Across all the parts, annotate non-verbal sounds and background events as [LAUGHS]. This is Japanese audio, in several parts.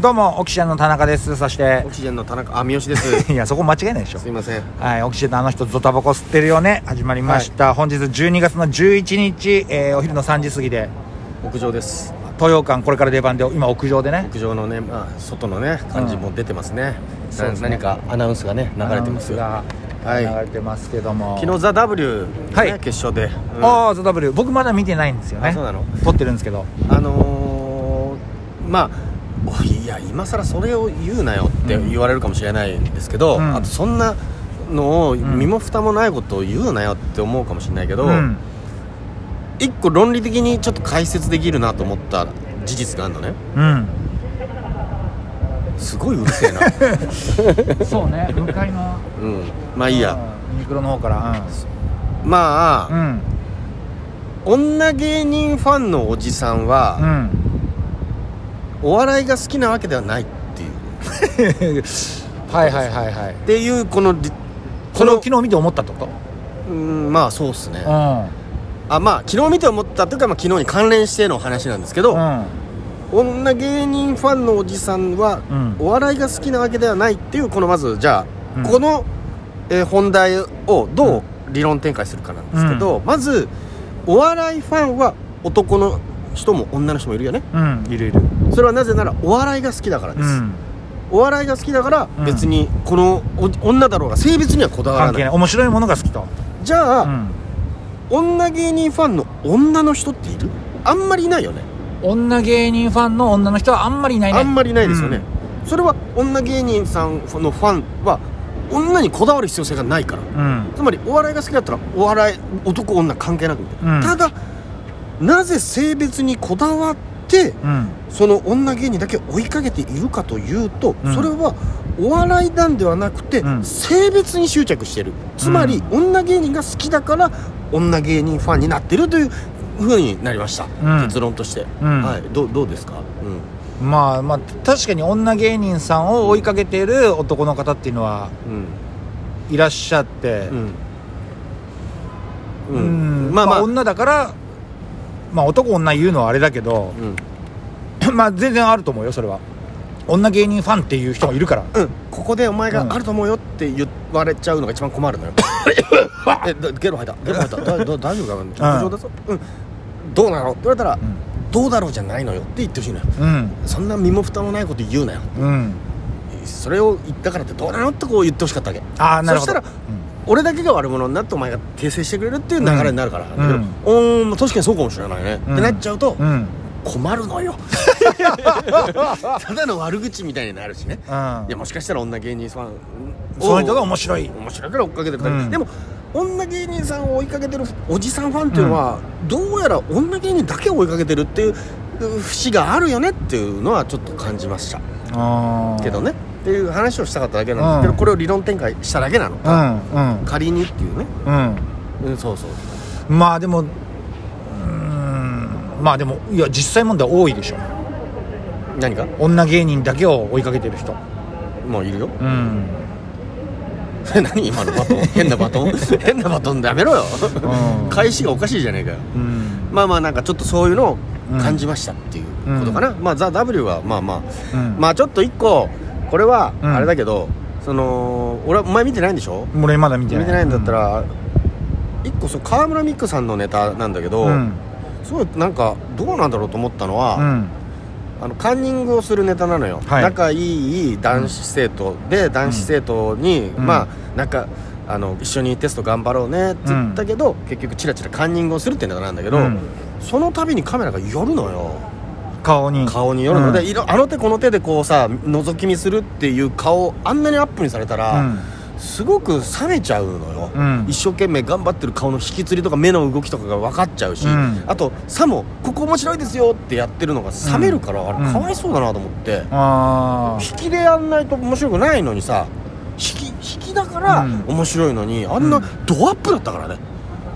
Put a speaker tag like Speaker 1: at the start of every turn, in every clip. Speaker 1: どうもオキシエンの田中ですそして
Speaker 2: [LAUGHS] オキシジェンの田中あ三好で
Speaker 1: [LAUGHS]
Speaker 2: す
Speaker 1: いやそこ間違いないでしょ
Speaker 2: すいません
Speaker 1: はい、オキシエンのあの人ゾタバコ吸ってるよね始まりました、本日12月の11日、えーお昼の3時過ぎで
Speaker 2: 屋上です
Speaker 1: 東洋館これから出番で今屋上でね
Speaker 2: 屋上のね、まあ、外のね感じも出てますね,な、
Speaker 1: そうですね
Speaker 2: 何かアナウンスがね流れてますよ
Speaker 1: アナウンスが
Speaker 2: はい
Speaker 1: 流れてますけども、
Speaker 2: 昨日「ザ・ w ね、
Speaker 1: はい
Speaker 2: 決勝で、うん
Speaker 1: ああザ・ W 僕まだ見てないんですよね
Speaker 2: あそうなの
Speaker 1: 撮ってるんですけど
Speaker 2: あのーまあおいいや今更それを言うなよって
Speaker 1: うん
Speaker 2: 言われるかもしれないんですけど、
Speaker 1: うん
Speaker 2: あとそんなのを身も蓋もないことを言うなよって思うかもしれないけど、
Speaker 1: ん、
Speaker 2: 一個論理的にちょっと解説できるなと思った事実があるのね
Speaker 1: うん、
Speaker 2: すごいうるせえな、
Speaker 1: そうね向かいの
Speaker 2: うん、まあ [LAUGHS] いいや、
Speaker 1: うんユニクロの方から
Speaker 2: ま
Speaker 1: う
Speaker 2: あ、
Speaker 1: ん
Speaker 2: 女芸人ファンのおじさん
Speaker 1: う
Speaker 2: は、
Speaker 1: ん、
Speaker 2: [LAUGHS] お笑いが好きなわけではないっていうっ
Speaker 1: はいはいはいはい
Speaker 2: ていうこのり
Speaker 1: そ
Speaker 2: こ
Speaker 1: れを
Speaker 2: の
Speaker 1: 昨日見て思ったってこと
Speaker 2: うんまあそうっすね
Speaker 1: うん
Speaker 2: あまあ昨日見て思ったというか、まあ、昨日に関連しての話なんですけど、
Speaker 1: うん
Speaker 2: 女芸人ファンのおじさんは、
Speaker 1: うん
Speaker 2: お笑いが好きなわけではないっていうこのまずじゃあ、
Speaker 1: うん
Speaker 2: この、えー本題をどう理論展開するかなんですけど、まずお笑いファンは男の人も女の人もいるよね
Speaker 1: うんいるいる
Speaker 2: それはなぜならお笑いが好きだからです、
Speaker 1: うん
Speaker 2: お笑いが好きだから
Speaker 1: うん
Speaker 2: 別にこのお女だろうが性別にはこだわら
Speaker 1: 関係
Speaker 2: ない
Speaker 1: ない面白いものが好きと
Speaker 2: じゃあ、
Speaker 1: うん
Speaker 2: 女芸人ファンの女の人っているあんまりいないよね
Speaker 1: 女芸人ファンの女の人はあんまりいないね
Speaker 2: あんまりいないですよね、それは女芸人さんのファンは女にこだわる必要性がないから
Speaker 1: うん
Speaker 2: つまりお笑いが好きだったらお笑い男女関係なくみたいな、
Speaker 1: うん
Speaker 2: ただなぜ性別にこだわって
Speaker 1: うん
Speaker 2: その女芸人だけ追いかけているかというと、
Speaker 1: うん
Speaker 2: それはお笑いなんではなくて、
Speaker 1: うん
Speaker 2: 性別に執着してるつまり、女芸人が好きだから女芸人ファンになってるというふうになりました、
Speaker 1: うん
Speaker 2: 結論として、
Speaker 1: うん
Speaker 2: はい、どうどうですか、うん
Speaker 1: まあまあ確かに女芸人さんを追いかけている男の方っていうのは
Speaker 2: うん
Speaker 1: いらっしゃって
Speaker 2: う、
Speaker 1: うんん
Speaker 2: ま
Speaker 1: まあ
Speaker 2: あまあ、
Speaker 1: 女だからまあ男女言うのはあれだけど
Speaker 2: うん、
Speaker 1: まあ全然あると思うよそれは女芸人ファンっていう人もいるから
Speaker 2: うん、ここでお前
Speaker 1: うん
Speaker 2: があると思うよって言われちゃうのが一番困る
Speaker 1: [LAUGHS]
Speaker 2: のよえだゲロ吐いたゲロ吐いただだ大丈夫かな直情だぞ、うんどうなのって言われたら、どうだろうじゃないのよって言ってほしいのよ
Speaker 1: うん
Speaker 2: そんな身も蓋もないこと言うなよ
Speaker 1: うん
Speaker 2: それを言ったからってどうなのってこう言ってほしかったわけ
Speaker 1: ああなるほど
Speaker 2: そしたら俺だけが悪者になってお前が訂正してくれるっていう流れになるから、
Speaker 1: ん
Speaker 2: だけどうーん確かにそうかもしれないね、
Speaker 1: うん
Speaker 2: ってなっちゃうと
Speaker 1: うんうん
Speaker 2: 困る
Speaker 1: [LAUGHS]
Speaker 2: のよただの悪口みたいになるしね
Speaker 1: うん
Speaker 2: いやもしかしたら女芸人さんを
Speaker 1: その人が面白い
Speaker 2: 面白いから追っかけてるだけ、
Speaker 1: うん
Speaker 2: でも女芸人さんを追いかけてるおじさんファンっていうのは、どうやら女芸人だけを追いかけてるっていうう節があるよねっていうのはちょっと感じました
Speaker 1: あー
Speaker 2: けどね、っていう話をしたかっただけなんですけど、
Speaker 1: うん
Speaker 2: これを理論展開しただけなの
Speaker 1: うんうん
Speaker 2: 仮にっていうね、
Speaker 1: うん
Speaker 2: うん、そうそう
Speaker 1: まあでもうーんまあでもいや実際問題多いでしょ
Speaker 2: 何か
Speaker 1: 女芸人だけを追いかけてる人
Speaker 2: もういるよ [LAUGHS]
Speaker 1: うん、
Speaker 2: 何今のバトン変なバトン [LAUGHS] 変なバトンやめろよ [LAUGHS]
Speaker 1: うん
Speaker 2: 返しがおかしいじゃねえかよ
Speaker 1: うん
Speaker 2: まあまあなんかちょっとそういうのを感じましたっていうことかな、まあ「ザ・ w はまあまあ、
Speaker 1: うん
Speaker 2: まあちょっと一個これは
Speaker 1: うん
Speaker 2: あれだけど、その俺はお前見てないんでしょ
Speaker 1: 俺まだ見てない
Speaker 2: 見てないんだった、ら一個そう川村ミックさんのネタなんだけど、
Speaker 1: うん
Speaker 2: すごいなんかどうなんだろうと思ったのは、
Speaker 1: うん
Speaker 2: あのカンニングをするネタなのよ、
Speaker 1: はい
Speaker 2: 仲いい男子生徒で男子生徒に、
Speaker 1: ん
Speaker 2: まあなんかあの一緒にテスト頑張ろうねって言ったけど、結局チラチラカンニングをするってネタなんだけど、
Speaker 1: うん
Speaker 2: その度にカメラが寄るのよ
Speaker 1: 顔に
Speaker 2: 顔に寄るので、
Speaker 1: うん
Speaker 2: いろあの手この手でこうさ覗き見するっていう顔をあんなにアップにされたら、
Speaker 1: うん
Speaker 2: すごく冷めちゃうのよ、
Speaker 1: うん
Speaker 2: 一生懸命頑張ってる顔の引きつりとか目の動きとかが分かっちゃうし、
Speaker 1: うん
Speaker 2: あとさも「ここ面白いですよ」ってやってるのが冷めるから、
Speaker 1: ん
Speaker 2: あれかわいそうだなと思って、
Speaker 1: あー
Speaker 2: 引きでやんないと面白くないのにさ引き引きだから
Speaker 1: うん
Speaker 2: 面白いのに、あんな
Speaker 1: うん
Speaker 2: ドアップだったからね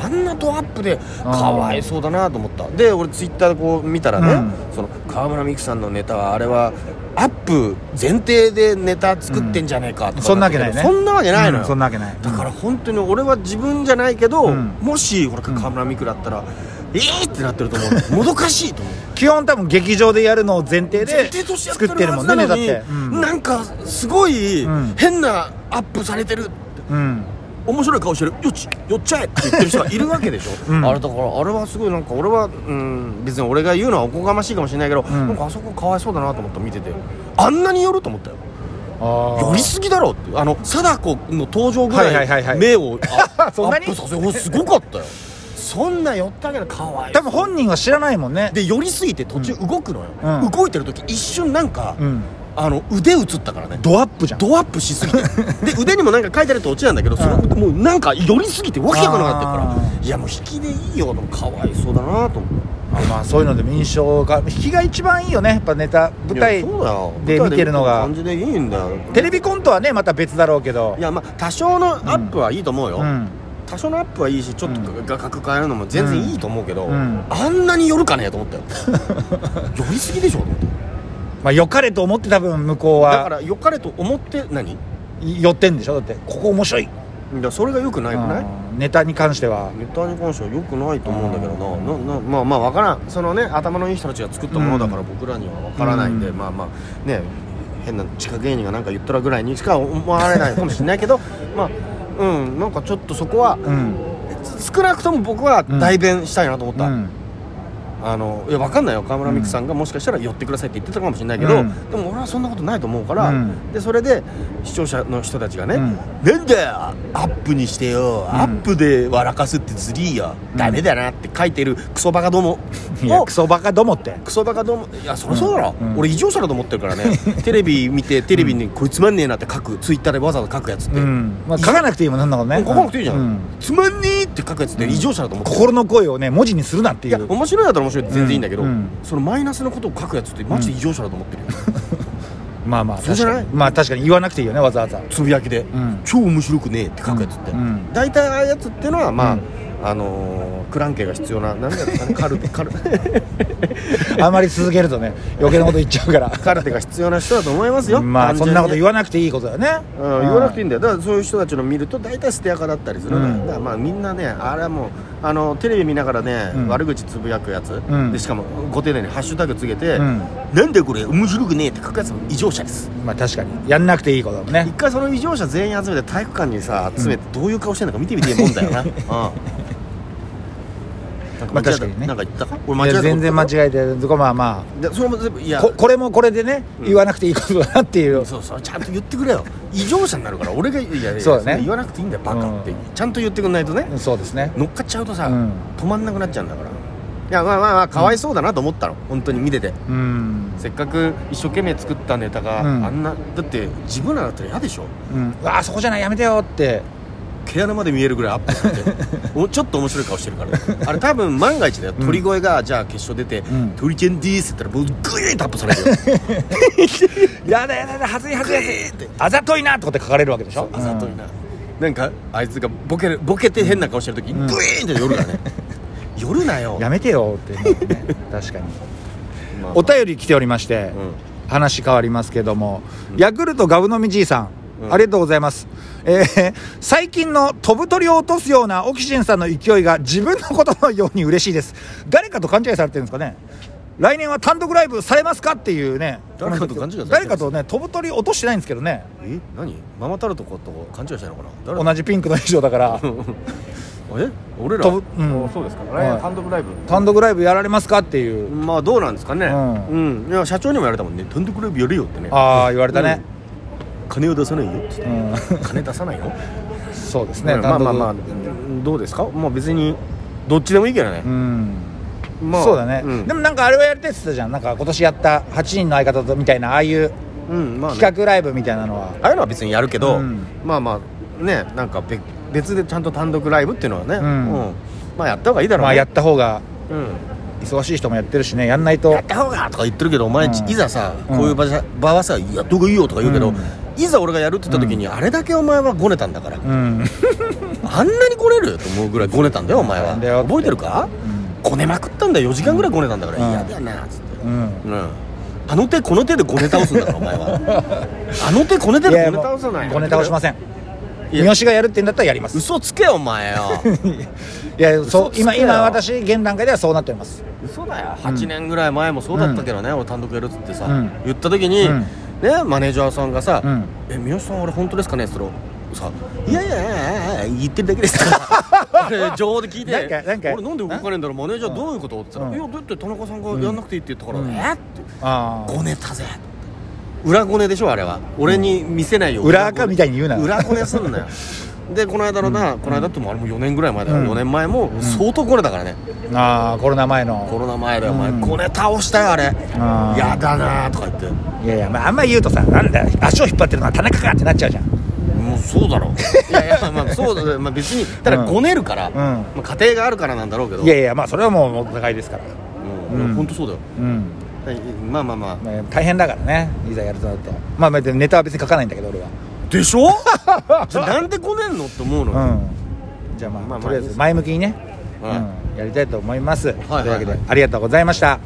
Speaker 2: あんなドアップでかわいそうだなと思ったで俺ツイッターでこう見たらね、
Speaker 1: う
Speaker 2: その川村美空さんのネタはあれはアップ前提でネタ作ってんじゃねえかとか
Speaker 1: そんなわけ
Speaker 2: だ
Speaker 1: な
Speaker 2: っ
Speaker 1: いね
Speaker 2: たけどそんなわけないのよ、
Speaker 1: うんそんなわけない
Speaker 2: だから本当に俺は自分じゃないけど、
Speaker 1: うん
Speaker 2: もし俺が
Speaker 1: うん
Speaker 2: 川村美空だったら、えーってなってると思うもどかしいと思う
Speaker 1: 基本多分劇場でやるのを前提
Speaker 2: 前
Speaker 1: で
Speaker 2: 提としてや
Speaker 1: 作ってるもんねネ
Speaker 2: は
Speaker 1: タ
Speaker 2: ずなの
Speaker 1: っ
Speaker 2: に
Speaker 1: てうん、
Speaker 2: なんかすごい
Speaker 1: うん
Speaker 2: 変なアップされてる
Speaker 1: うん、
Speaker 2: 面白い顔してるよっちよっちゃえって言ってる人がいるわけでしょ、
Speaker 1: [LAUGHS] うん
Speaker 2: あれだからあれはすごいなんか俺はうん別に俺が言うのはおこがましいかもしれないけど、
Speaker 1: ん
Speaker 2: なんかあそこかわいそうだなと思った見ててあんなに寄ると思ったよ寄
Speaker 1: あ
Speaker 2: りすぎだろってあの貞子の登場ぐらい,、
Speaker 1: はいはいはいはい
Speaker 2: 目を
Speaker 1: [LAUGHS]
Speaker 2: あ
Speaker 1: そんなに
Speaker 2: アップさせるおすごか
Speaker 1: [LAUGHS]
Speaker 2: ったよそんな寄ったけどかわいそ
Speaker 1: 多
Speaker 2: う
Speaker 1: 分本人は知らないもんね
Speaker 2: で寄りすぎて途中動くのよ、
Speaker 1: うん
Speaker 2: 動いてる時一瞬なんか、
Speaker 1: うん
Speaker 2: あの腕映ったからね
Speaker 1: ドアップじゃん
Speaker 2: ドアップしすぎ
Speaker 1: [LAUGHS]
Speaker 2: てで腕にもなんか書いてあると落ちなんだけどそれ
Speaker 1: う
Speaker 2: もうなんか寄りすぎてわけわかんなくなってるか
Speaker 1: あ
Speaker 2: らいやもう引きでいいよでもかわいそうだなと思って
Speaker 1: あまあそういうのでも印象が引きが一番いいよねやっぱネタ舞
Speaker 2: い
Speaker 1: 台
Speaker 2: やそうだよ
Speaker 1: で見てるのが
Speaker 2: 舞台で見てる感じでいいんだよ
Speaker 1: テレビコントはねまた別だろうけど
Speaker 2: いやまあ多少のアップはいいと思うよ、
Speaker 1: うん
Speaker 2: 多少のアップはいいしちょっと
Speaker 1: う
Speaker 2: 画角変えるのも全然いいと思うけど、
Speaker 1: うん
Speaker 2: あんなに寄るかねえと思った
Speaker 1: [LAUGHS]
Speaker 2: よ寄りすぎでしょと思って
Speaker 1: まあ良かれと思って多分向こう
Speaker 2: だか
Speaker 1: は
Speaker 2: らよかれと思って何い
Speaker 1: 寄ってんでしょだってここ面白い
Speaker 2: やそれがよくないくない
Speaker 1: うんネタに関しては
Speaker 2: ネタに関しては良くないと思うんだけどなななまあまあ分からんそのね頭のいい人たちが作ったものだから僕らには分からないんで、
Speaker 1: うん
Speaker 2: まあまあね変な地下芸人がなんか言ったらぐらいにしか思われないかもしれないけ
Speaker 1: [LAUGHS]
Speaker 2: どまあうんなんかちょっとそこは
Speaker 1: うん
Speaker 2: 少なくとも僕は代弁したいなと思っ
Speaker 1: う
Speaker 2: た、
Speaker 1: ん
Speaker 2: あのいや分かんないよ河村美樹さんがもしかしたら寄ってくださいって言ってたかもしれないけど、
Speaker 1: うん
Speaker 2: でも俺はそんなことないと思うから、
Speaker 1: うん
Speaker 2: でそれで視聴者の人たちがね「
Speaker 1: うん
Speaker 2: なんだよアップにしてよ、アップで笑かすってずりーよ、
Speaker 1: うん
Speaker 2: ダメだな」って書いてるクソバカども
Speaker 1: いや
Speaker 2: を
Speaker 1: クソバカどもって
Speaker 2: クソバカどもいやそりゃそうだろ、
Speaker 1: うんうん
Speaker 2: 俺異常者だと思ってるか
Speaker 1: [LAUGHS]
Speaker 2: らねテレビ見てテレビに「こいつまんねえな」って書くツイッターでわざわざ書くやつって、
Speaker 1: うんまあ書かなくていいもんなんだから
Speaker 2: も
Speaker 1: ね
Speaker 2: う書かなくていいじゃん、
Speaker 1: うん
Speaker 2: つまんねえって書くやつって異常者だと思ってる
Speaker 1: 心の声をね文字にするなって
Speaker 2: い
Speaker 1: い
Speaker 2: や
Speaker 1: う
Speaker 2: 面白いやったら面白いで全然いいんだけど、
Speaker 1: うんうん
Speaker 2: そのマイナスのことを書くやつってマジで異常者だと思ってるよ、
Speaker 1: まあまあ
Speaker 2: そう
Speaker 1: 確
Speaker 2: じゃ
Speaker 1: か
Speaker 2: ない
Speaker 1: にまあ確かに言わなくていいよねわざわざ
Speaker 2: つぶやきで、
Speaker 1: ん
Speaker 2: 超面白くねえって書くやつって、
Speaker 1: うん
Speaker 2: 大体ああいうやつってのはまあ、
Speaker 1: うん
Speaker 2: あのー、クランケが必要ななんだろうねカルテカル [LAUGHS]
Speaker 1: あまり続けるとね余計なこと言っちゃうから
Speaker 2: カルテが必要な人だと思いますよ
Speaker 1: まあそんなこと言
Speaker 2: わ
Speaker 1: わなくていいことだよね
Speaker 2: うん、言わなくていい
Speaker 1: い
Speaker 2: んだよだからそういう人たちの見ると大体捨てやかだったりするね、
Speaker 1: うん
Speaker 2: だからまあみんなねあれはもうあのテレビ見ながらね、
Speaker 1: うん
Speaker 2: 悪口つぶやくやつ、
Speaker 1: うん
Speaker 2: でしかもご丁寧にハッシュタグつけて、
Speaker 1: うん
Speaker 2: なんでこれ面白くねえって書くやつも異常者です
Speaker 1: まあ確かにやんなくていいことだもんね
Speaker 2: 一回その異常者全員集めて体育館にさ集めてどういう顔してんのか見てみてえもんだ
Speaker 1: [LAUGHS]
Speaker 2: よな、うん、なん
Speaker 1: まあ
Speaker 2: 間違
Speaker 1: 確
Speaker 2: えた
Speaker 1: かにね
Speaker 2: なんか言ったか俺
Speaker 1: い
Speaker 2: 間違え
Speaker 1: や
Speaker 2: た
Speaker 1: 全然間違
Speaker 2: え
Speaker 1: えてるとこまあま
Speaker 2: でそれも全部い
Speaker 1: あ
Speaker 2: や
Speaker 1: ここれもこれでね言わなくていいことだなっていう
Speaker 2: そうそうちゃんと言ってくれよ異常者になるから俺がいやいやいや
Speaker 1: そうだね
Speaker 2: んな言わなくていいんだよバカって、
Speaker 1: うん
Speaker 2: ちゃんと言ってくんないとね
Speaker 1: そうですね
Speaker 2: 乗っかっちゃうとさ、
Speaker 1: うん
Speaker 2: 止まんなくなっちゃうんだからいやまあまあまあかわいそうだなと思ったの本当に見てて
Speaker 1: うん
Speaker 2: せっかく一生懸命作ったネタが、
Speaker 1: うん
Speaker 2: あんなだって自分らだったら嫌でしょ
Speaker 1: うんうわあそこじゃないやめてよって
Speaker 2: 毛穴まで見えるぐらいアップされてお [LAUGHS] ちょっと面白い顔してるからあれ多分万が一だよ鳥越が、じゃあ決勝出て
Speaker 1: ん
Speaker 2: 「鳥ちゃんでーす」って言ったらもうグイーッとアップされてるよ
Speaker 1: やだやだやだ恥ずい恥ずい
Speaker 2: グイー
Speaker 1: 恥
Speaker 2: っ
Speaker 1: ずい
Speaker 2: て
Speaker 1: あざといなとかって書かれるわけでしょ
Speaker 2: あざといな、なんかあいつがボケるボケて変な顔してる時、
Speaker 1: ん
Speaker 2: グイーンって夜
Speaker 1: [LAUGHS]
Speaker 2: だね夜な
Speaker 1: う
Speaker 2: よ
Speaker 1: んやめてよっていうのはね確かに
Speaker 2: まあ
Speaker 1: お便り来ておりまして、
Speaker 2: うん
Speaker 1: 話変わりますけども、ヤクルトガブ飲みじいさん、
Speaker 2: うん
Speaker 1: ありがとうございます、えー最近の飛ぶ鳥を落とすようなオキシンさんの勢いが自分のことのように嬉しいです誰かと勘違いされてるんですかね来年は単独ライブされますかっていうね
Speaker 2: 誰かと勘違いされてるんです
Speaker 1: 誰かとね飛ぶ鳥落としてないんですけどね
Speaker 2: え何ママタルトこと勘違いしたのかな誰だ
Speaker 1: 同じピンクの衣装だから
Speaker 2: え俺ら
Speaker 1: 飛ぶうん
Speaker 2: あそうですか
Speaker 1: はい
Speaker 2: 来年単独ライブ
Speaker 1: 単独ライブやられますかっていう、
Speaker 2: まあどうなんですかね
Speaker 1: うん
Speaker 2: うん、いや社長にも言われたもんね単独ライブやれよってね
Speaker 1: ああ言われたね、
Speaker 2: 金を出さないよって言っ
Speaker 1: うん
Speaker 2: て金出さないよ
Speaker 1: そうですね、
Speaker 2: うんまあ
Speaker 1: 単独
Speaker 2: まあまあどうですかまあ別にどっちでもいいけどね
Speaker 1: う、ん
Speaker 2: まあ
Speaker 1: そうだね、
Speaker 2: うん、
Speaker 1: でもなんかあれはやりたいって言ってたじゃんなんか今年やった8人の相方とみたいなああいう
Speaker 2: うんまあね、
Speaker 1: 企画ライブみたいなのは、
Speaker 2: ああいうのは別にやるけど、
Speaker 1: うん
Speaker 2: まあまあねなんか別別でちゃんと単独ライブっていうのはね、
Speaker 1: ん
Speaker 2: うんまあやった方がいいだろう、ね
Speaker 1: まあやった方が
Speaker 2: うん
Speaker 1: 忙しい人もやってるしねやんないと
Speaker 2: やった方がとか言ってるけどお前、
Speaker 1: うん
Speaker 2: いざさ
Speaker 1: うん
Speaker 2: こういう場,、場はさやった方がいいよとか言うけど、
Speaker 1: うん
Speaker 2: いざ俺がやるって言った時に、あれだけお前はごねたんだから、
Speaker 1: うん、
Speaker 2: あんなにごねると思うぐらいごねたんだよお前は
Speaker 1: なんだよって
Speaker 2: 覚えてるかごねまくったんだよ4時間ぐらいごねたんだから、
Speaker 1: うん
Speaker 2: 嫌だよなっつって、
Speaker 1: うん、
Speaker 2: うんあの手こ [LAUGHS] の手でごね倒すんだからお前はあの手この手
Speaker 1: いやいや
Speaker 2: でごね倒さない
Speaker 1: もうごね倒しません三好がやるって言うんだったらやります
Speaker 2: 嘘つけよお前よ
Speaker 1: いやそう
Speaker 2: 嘘つけよ
Speaker 1: 今今私現段階ではそうなっております
Speaker 2: [LAUGHS] 嘘だよ8年ぐらい前もそうだったけどね、俺単独やるっつってさ、
Speaker 1: うん
Speaker 2: 言った時に、
Speaker 1: うん
Speaker 2: ねマネージャーさんがさ「
Speaker 1: うん
Speaker 2: え三好さん俺本当ですかね?」っつったらさ「いやいやいやいやいや言ってるだけですから」 [LAUGHS] 俺情報で聞いて
Speaker 1: なんかなんか
Speaker 2: 俺なんで動かねえんだろうマネージャーどういうこと?」って言ったら「
Speaker 1: うん
Speaker 2: いやだって田中さんがやんなくていいって言ったから、
Speaker 1: うん
Speaker 2: えっ?」って
Speaker 1: あ
Speaker 2: 「ごねたぜ」裏ごねでしょあれは俺に見せないよ、
Speaker 1: 裏垢みたいに言うな
Speaker 2: 裏ごね
Speaker 1: [LAUGHS]
Speaker 2: すんなよでこの間のな、この間ってもうあれも4年ぐらい前だよ、
Speaker 1: うん
Speaker 2: 4年前も相当ごねだからね、
Speaker 1: あーコロナ前
Speaker 2: コ
Speaker 1: の
Speaker 2: ロナ前だよお前、
Speaker 1: うん
Speaker 2: これ倒したよあれ
Speaker 1: あー
Speaker 2: やだなーとか言って
Speaker 1: いやいや、まあ、あんまり言うとさなんだ足を引っ張ってるのは田中かってなっちゃうじゃん
Speaker 2: もうそ
Speaker 1: [LAUGHS]
Speaker 2: うだろいやいやまあそうだね、まあ、別にただ
Speaker 1: うん
Speaker 2: ごねるから、
Speaker 1: うん
Speaker 2: まあ、家庭があるからなんだろうけど
Speaker 1: いやいやまあそれはもうお互いですから
Speaker 2: うん
Speaker 1: うん
Speaker 2: 本当そうだよ
Speaker 1: うん、
Speaker 2: まあまあまあ
Speaker 1: まあ大変だからねいざやるとなるとまあまあでもネタは別に書かないんだけど俺は
Speaker 2: でし
Speaker 1: [LAUGHS]
Speaker 2: ょじゃあなんでごねんのって思うのよ、
Speaker 1: うんじゃあまあ、
Speaker 2: まあまあ
Speaker 1: とりあえず前向きにね、
Speaker 2: はい
Speaker 1: うん、やりたいと思います、
Speaker 2: はいはいはい
Speaker 1: というわけでありがとうございました